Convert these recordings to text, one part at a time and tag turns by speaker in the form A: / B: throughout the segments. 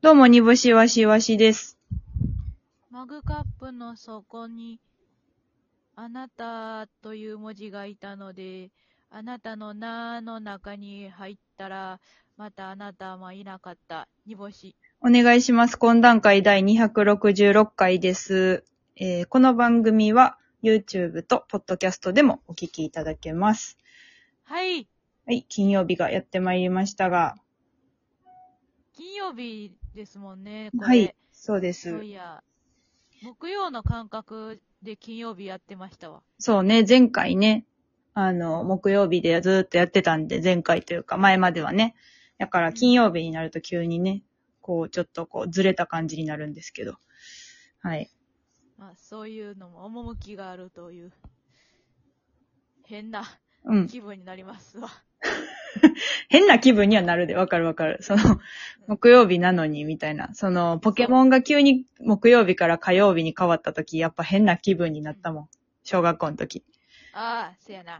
A: どうも、煮干しわしわしです。
B: マグカップの底に、あなたという文字がいたので、あなたの名の中に入ったら、またあなたはいなかった。煮干し。
A: お願いします。懇談会第266回です。えーこの番組は YouTube と Podcast でもお聞きいただけます。
B: はい
A: はい、金曜日がやってまいりましたが、
B: 金曜日ですもんね、これ。
A: はい、そうで
B: そ
A: す
B: う。いや、木曜の感覚で金曜日やってましたわ。
A: そうね、前回ね、あの、木曜日でずーっとやってたんで、前回というか前まではね。だから金曜日になると急にね、こう、ちょっとこう、ずれた感じになるんですけど。はい。
B: まあ、そういうのも趣があるという、変な
A: うん。
B: 気分になりますわ。
A: 変な気分にはなるで、わかるわかる。その、木曜日なのに、みたいな。その、ポケモンが急に木曜日から火曜日に変わった時、やっぱ変な気分になったもん。小学校の時。
B: ああ、せやな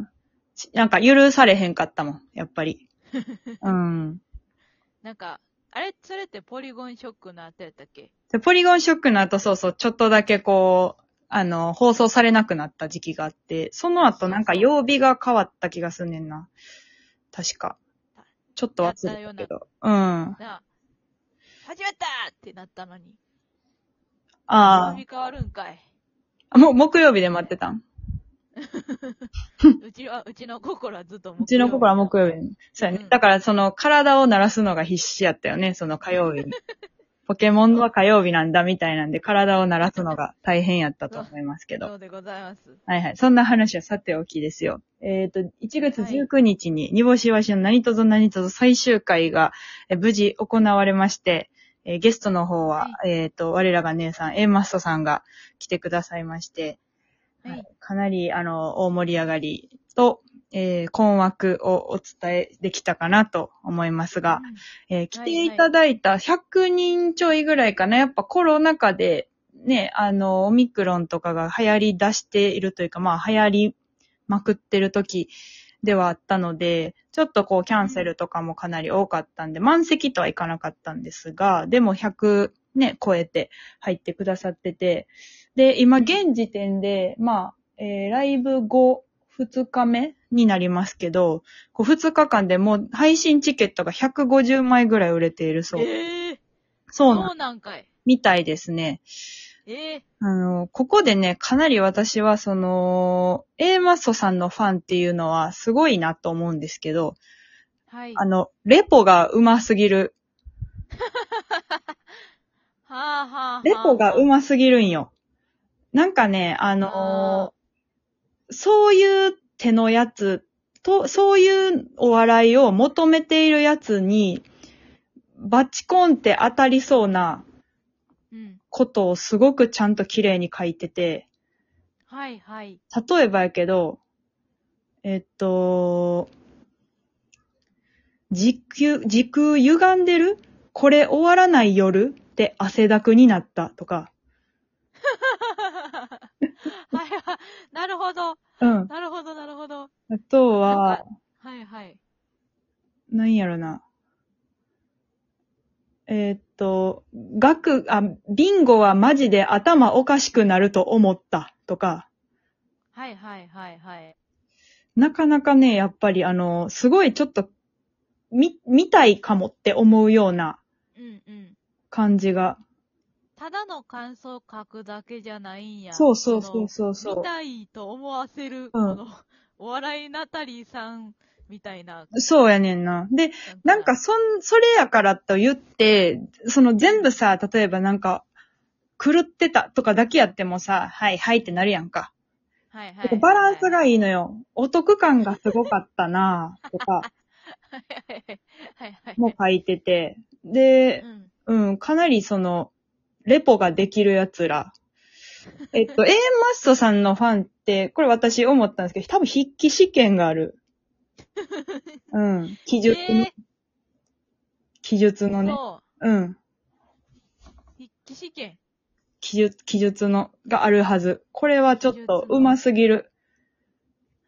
A: う。ん。しなんか許されへんかったもん、やっぱ り。うん。
B: なんか、あれ、それってポリゴンショックの後やったっけ
A: でポリゴンショックの後、そうそう、ちょっとだけこう、あの、放送されなくなった時期があって、その後なんか曜日が変わった気がすんねんな。確か。ちょっと忘れたけど。うん。
B: なあ、始まったってなったのに。
A: あ
B: 曜日変わるんかい。
A: あ。もう木曜日で待ってたん
B: うちは、うちの心はずっと木曜日
A: うちの心は木曜日に。そうやね。
B: うん
A: だから、その、体を慣らすのが必死やったよね、その火曜 日に。ポケモンは火曜日なんだみたいなんで、体を慣らすのが大変やったと思いますけ
B: そ
A: ど。
B: うでございます。
A: はいはい。そんな話はさておきですよ。えっ、と、1月
B: はい
A: 19日に、煮干しわしの何とぞ何とぞ最終回が、えー無事行われまして、えーゲストの方は、えっ、と、我らが姉さん、A マストさんが来てくださいまして、
B: はい
A: はいかなり、あの、大盛り上がりと、えー困惑をお伝えできたかなと思いますが、えー来ていただいた100人ちょいぐらいかな。やっぱコロナ禍で、ね、あの、オミクロンとかが流行り出しているというか、まあ、流行りまくってる時ではあったので、ちょっとこう、キャンセルとかもかなり多かったんで、満席とはいかなかったんですが、でも100ね、超えて入ってくださってて、で、今、現時点で、まあ、えーライブ後、2日目になりますけど、こう2日間でもう配信チケットが150枚ぐらい売れているそう。
B: ええー、
A: そうなん
B: そうなんかい。
A: みたいですね。
B: ええ
A: あの、ここでね、かなり私はその、A マッソさんのファンっていうのはすごいなと思うんですけど、
B: はい。
A: あ
B: は
A: の、レポが上手すぎる。
B: あはあはあ。
A: レポが上手すぎるんよ。なんかね、あのーそういう手のやつと、そういうお笑いを求めているやつに、バチコンって当たりそうな
B: うん。
A: ことをすごくちゃんと綺麗に書いてて、
B: はいはい。
A: 例えばやけど、えっと、時空、時空歪んでるこれ終わらない夜って汗だくになったとか。
B: はいはい。なるほど。
A: うん。
B: なるほど、なるほど。
A: あと
B: なん
A: は
B: か、はいはい。
A: なんやろな。えーっと、学、あ、ビンゴはマジで頭おかしくなると思ったとか、
B: はいはいはいはい。
A: なかなかね、やっぱりあの、すごいちょっと、み、見たいかもって思うような
B: うんうん。
A: 感じが。
B: ただの感想書くだけじゃないんや。
A: そうそう
B: の
A: そうそうそ
B: 見たいと思わせる、この、 お笑いナタリーさんみたいな。
A: う。そうやねんな。で、なんか、そん、それやからと言って、その全部さ、例えばなんか、狂ってたとかだけやってもさ、はいはいってなるやんか。
B: はいはい、
A: バランスが
B: いい。
A: いいのよ。お得感がすごかったなぁとか、
B: はいはいはい。
A: も書いてて。で
B: う、ん。
A: うん、かなりその、レポができる奴ら。えっと、A マストさんのファンって、これ私思ったんですけど、多分筆記試験がある。うん。記述の、
B: え
A: 記述の
B: ー、
A: ね。
B: そ
A: うん。
B: う。筆記試験。
A: 記述、記述のがあるはず。これはちょっと上手すぎる。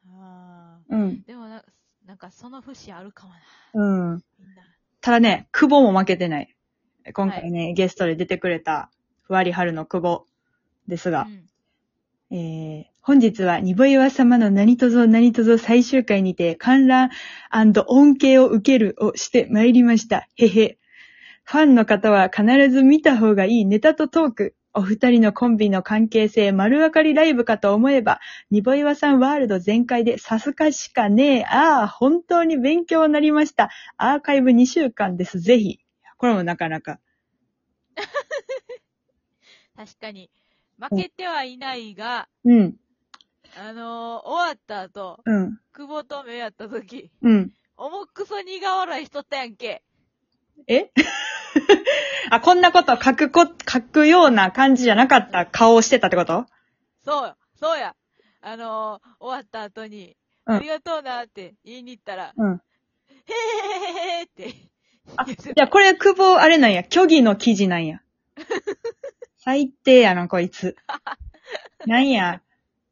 B: ああ。
A: うん。
B: でもな、なんかその節あるかもな。
A: うん。
B: みんな。
A: ただね、久保も負けてない。今回ね、ゲストで出てくれた、ふわりはるの久保です
B: う
A: が、
B: ん
A: えー本日はにぼいわ様の何とぞ何とぞ最終回にて観覧恩恵を受けるをしてまいりました。へへ。ファンの方は必ず見た方がいいネタとトーク。お二人のコンビの関係性丸分かりライブかと思えば、にぼいわさんワールド全開でさすがしかねえ。ああ、本当に勉強になりました。アーカイブ2週間です。ぜひ。これもなかなか。
B: 確かに。負けてはいないが、
A: うん、
B: あのー終わった後、
A: うん、
B: 久保と目やった時、
A: うん。
B: 重くそ苦笑いしとったやんけ。
A: えあ、こんなこと書くこ、書くような感じじゃなかった顔をしてたってこと
B: そうよ、そうや。あのー終わった後に、
A: うん
B: ありがとうなって言いに行っ たら、
A: うん。
B: へへへへへって
A: あ
B: 言っ
A: じ
B: て
A: ゃあこれ、久保、あれなんや、虚偽の記事なん や。最低やな、こいつ。なんや。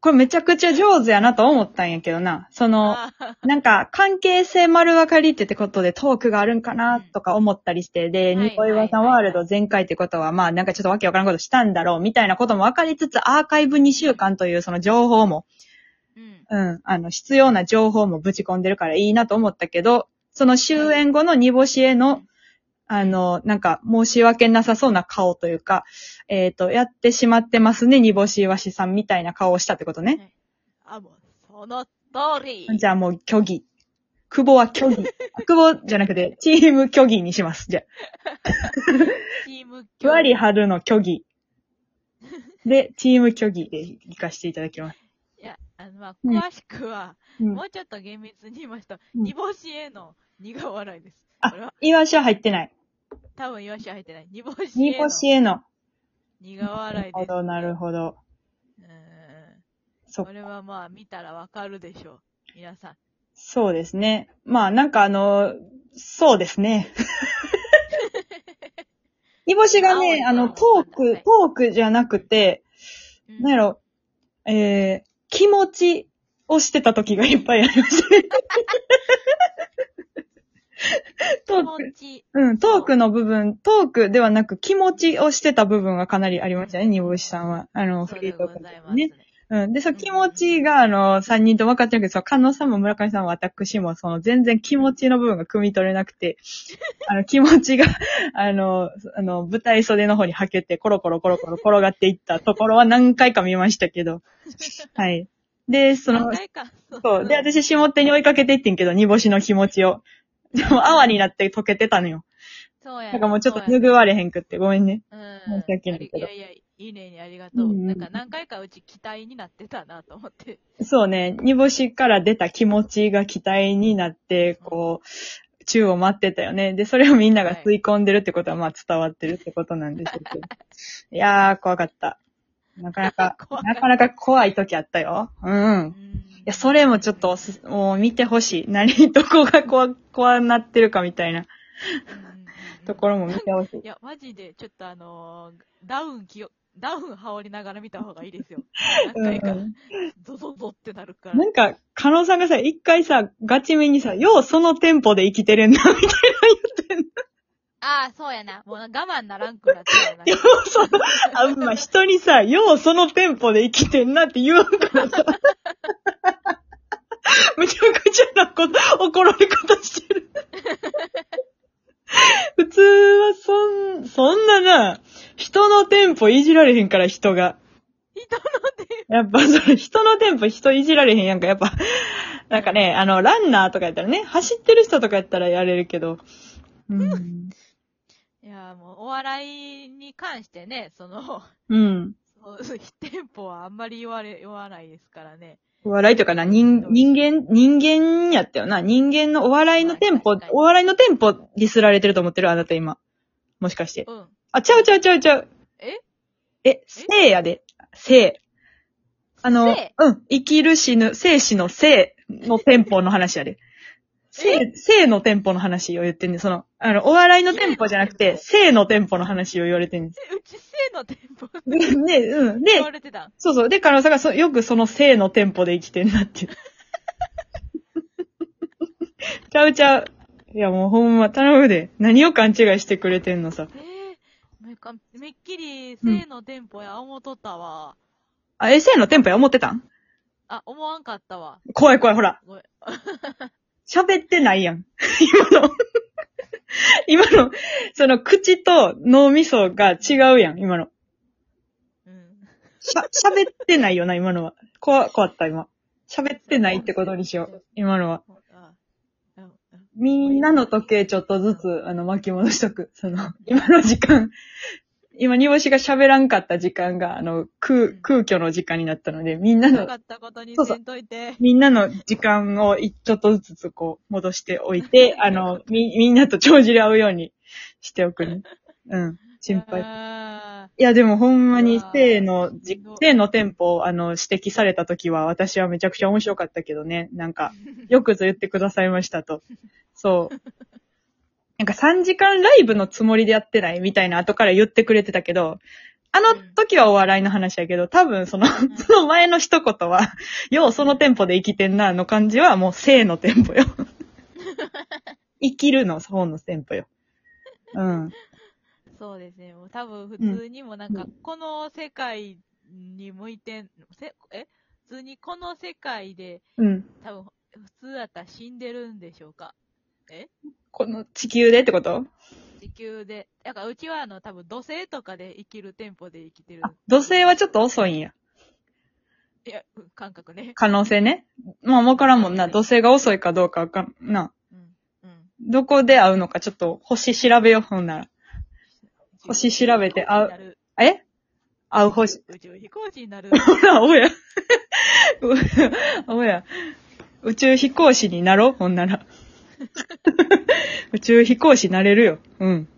A: これめちゃくちゃ上手やなと思ったんやけどな。その、
B: あー
A: なんか、関係性丸分かりってことでトークがあるんかなとか思ったりして、で、
B: はい
A: ニコイワさん
B: はい
A: ワ
B: は
A: ー
B: い
A: ルド全開ってことは、まあなんかちょっとわけわからんことしたんだろうみたいなことも分かりつつ、アーカイブ2週間というその情報も
B: うん。
A: うん、あの、必要な情報もぶち込んでるからいいなと思ったけど、その終演後の煮干しへの、あの、なんか、申し訳なさそうな顔というか、えっ、と、やってしまってますね、煮干しわしさんみたいな顔をしたってことね。
B: あ、もう、その通り。
A: じゃあもう、虚偽。久保は虚偽。あ久保じゃなくて、チーム虚偽にします。じゃあ、
B: チーム
A: ふわりはるの虚偽。で、チーム虚偽で行かせていただきます。
B: いや、あの、まあ、
A: うん
B: 詳しくは、
A: うん
B: もうちょっと厳密に言いますと、
A: うん
B: 煮干しへの苦笑いです。
A: あ
B: これは、
A: イワシは入ってない。
B: 多分よし入ってない。煮干し
A: 煮
B: への
A: 干しへの。
B: 苦
A: な
B: 笑
A: る
B: い
A: ほ
B: です。
A: ど、なるほど。
B: うん。
A: そっ
B: これはまあ、見たらわかるでしょう。皆さん。
A: そうですね。まあ、なんかあの、そうですね。 煮干しがね、あ
B: 青い
A: の、
B: の
A: トーク、
B: はい
A: トークじゃなくて、
B: うん
A: なんやろ、えー、気持ちをしてた時がいっぱいありましたね。 ト
B: 気
A: ー
B: 持
A: ク、
B: ち。
A: うん、トークの部分、トークではなく気持ちをしてた部分がかなりありましたね、煮干しさんは。あの、
B: そう
A: フ
B: で
A: リート
B: ご
A: ークの
B: ざい
A: 時
B: ます
A: にね
B: ね。。
A: うん。で、そう、気持ちが、あの、三人と分かってるけど、そう、菅野さんも村上さんも私も、その、全然気持ちの部分が汲み取れなくて、あの、気持ちが、あの、あの、舞台袖の方にはけて、コロコロコロコロ転がっていったところは何回か見ましたけど、はい。で、その
B: 何、回か。
A: そう。で、私、下手に追いかけていってんけど、煮干しの気持ちを。でも、泡になって溶けてたのよ。
B: そうや。
A: だからもうちょっと
B: そうや
A: 拭われへんくって、ごめんね。
B: うん。
A: 申し訳ないけど
B: やいや、いいねにありが
A: う
B: とう。
A: んうん
B: なんか何回かうち期待になってたなと思って。
A: そうね、煮干しから出た気持ちが期待になって、こう、宙を待ってたよね。で、それをみんなが吸い込んでるってことは、まあ伝わってるってことなんですけど。 いやー、怖かった。なかなか
B: 怖、か
A: な
B: った
A: かなか怖い時あったよ。うん。いや、それもちょっとおす、もう見てほしい。何、どこが怖、怖なってるかみたいなとこ
B: ろ。
A: ろも見てほしい
B: い。や、マジで、ちょっとあのーダウン気を、ダウン羽織りながら見た方がいいですよ。何回
A: う
B: か
A: ん、
B: ゾゾゾってなるから。
A: なんか、カノさんがさ、一回さ、ガチめにさ、ようそのテンポで生きてるんだ、みたいな言ってんの
B: ああ、そうやな。もう我慢ならんくなってるな。
A: ようその、あ、まあ、人にさ、ようそのテンポで生きてんなって言わんからさ。 むちゃくちゃなこと、怒られ方してる。 普通はそん、そんなな、人のテンポいじられへんから人が。
B: 人の手。
A: やっぱそれ、人のテンポ人いじられへんやんか、やっぱ。なんかね、あの、ランナーとかやったらね、走ってる人とかやったらやれるけど。 うん。
B: いやー、もうお笑いに関してね、その、
A: うん。
B: そう非店舗はあんまり言われ、言わないですからね。
A: お笑いというかな、人、人間、人間やったよな。人間のお笑いのテン
B: ま
A: ポ
B: あ確か、に
A: お笑いのテンポディスられてると思ってるあなた今。もしかして。
B: うん。
A: あ、ちゃうちゃうちゃうちゃう。
B: え
A: え、生やで。生。あの
B: 生、
A: うん。生きる死ぬ、生死の生のテンポの話やで。生、生のテンポの話を言ってんねんその、あの、お笑いのテンポじゃなくて、生のテンポの話を言われてんねん
B: え、うち生の店舗って
A: で、ねうん。で
B: 言、われてた。
A: そうそう。で、カノさんがそよくその性のテンポで生きてんなっていう。ちゃうちゃう。いやもうほんま頼むで。何を勘違いしてくれてんのさ。
B: ええめかめっきり、生の店舗や思うとったわ。
A: あ、え、せの店舗や思ってたん
B: あ、思わんかったわ。
A: 怖い怖い、ほら。
B: ごめん。
A: 喋ってないやん。 今の。今の、その口と脳みそが違うやん、今の。
B: うん。
A: しゃ、喋ってないよな、今のは。こわ、怖った、今。喋ってないってことにしよう、今のは。
B: あうんうん
A: みんなの時計ちょっとずつ、あの、巻き戻しとく。その、今の時間。今、煮干しが喋らんかった時間が、あの、空、空虚の時間になったので、みんな
B: な
A: の
B: かったことに
A: そうそ
B: せ
A: うん
B: といて。
A: みんなの時間をいちょっとずつこう戻しておいて、あの、み、みんなと帳尻合うようにしておくね。うん。心配。
B: 配。
A: いや、でもほんま
B: う
A: に
B: わー、
A: 性のじ
B: しんど、
A: 性のテンポをあの、指摘された時は私はめちゃくちゃ面白かったけどね。なん か、よくぞ言ってくださいましたと。そう。なんか3時間ライブのつもりでやってないみたいな後から言ってくれてたけど、あの時はお笑いの話やけど、多分その、その前の一言は、ようそのテンポで生きてんなの感じはもう生のテン ポよ。生きるの方のテンポよ。うん。
B: そうですね。もう多分普通にもなんか、この世界に向いてん、せえ普通にこの世界で、
A: うん。
B: 多分普通だったら死んでるんでしょうか。
A: この地球でってこと
B: 地球で。だからうちはあの多分土星とかで生きる店舗で生きてる。
A: 土星はちょっと遅いんや。
B: いや、うん感覚ね。
A: 可能性ね。まあわからんもんな。土星が遅いかどうかわかん、な。
B: うん。うん。
A: どこで会うのかちょっと星調べよう、ほんなら。星調べてあ
B: う。
A: え会う星。
B: 宇宙飛行士になる。
A: ほら、おや。 おや。宇宙飛行士になろうほんなら。宇宙飛行士なれるよ。うん。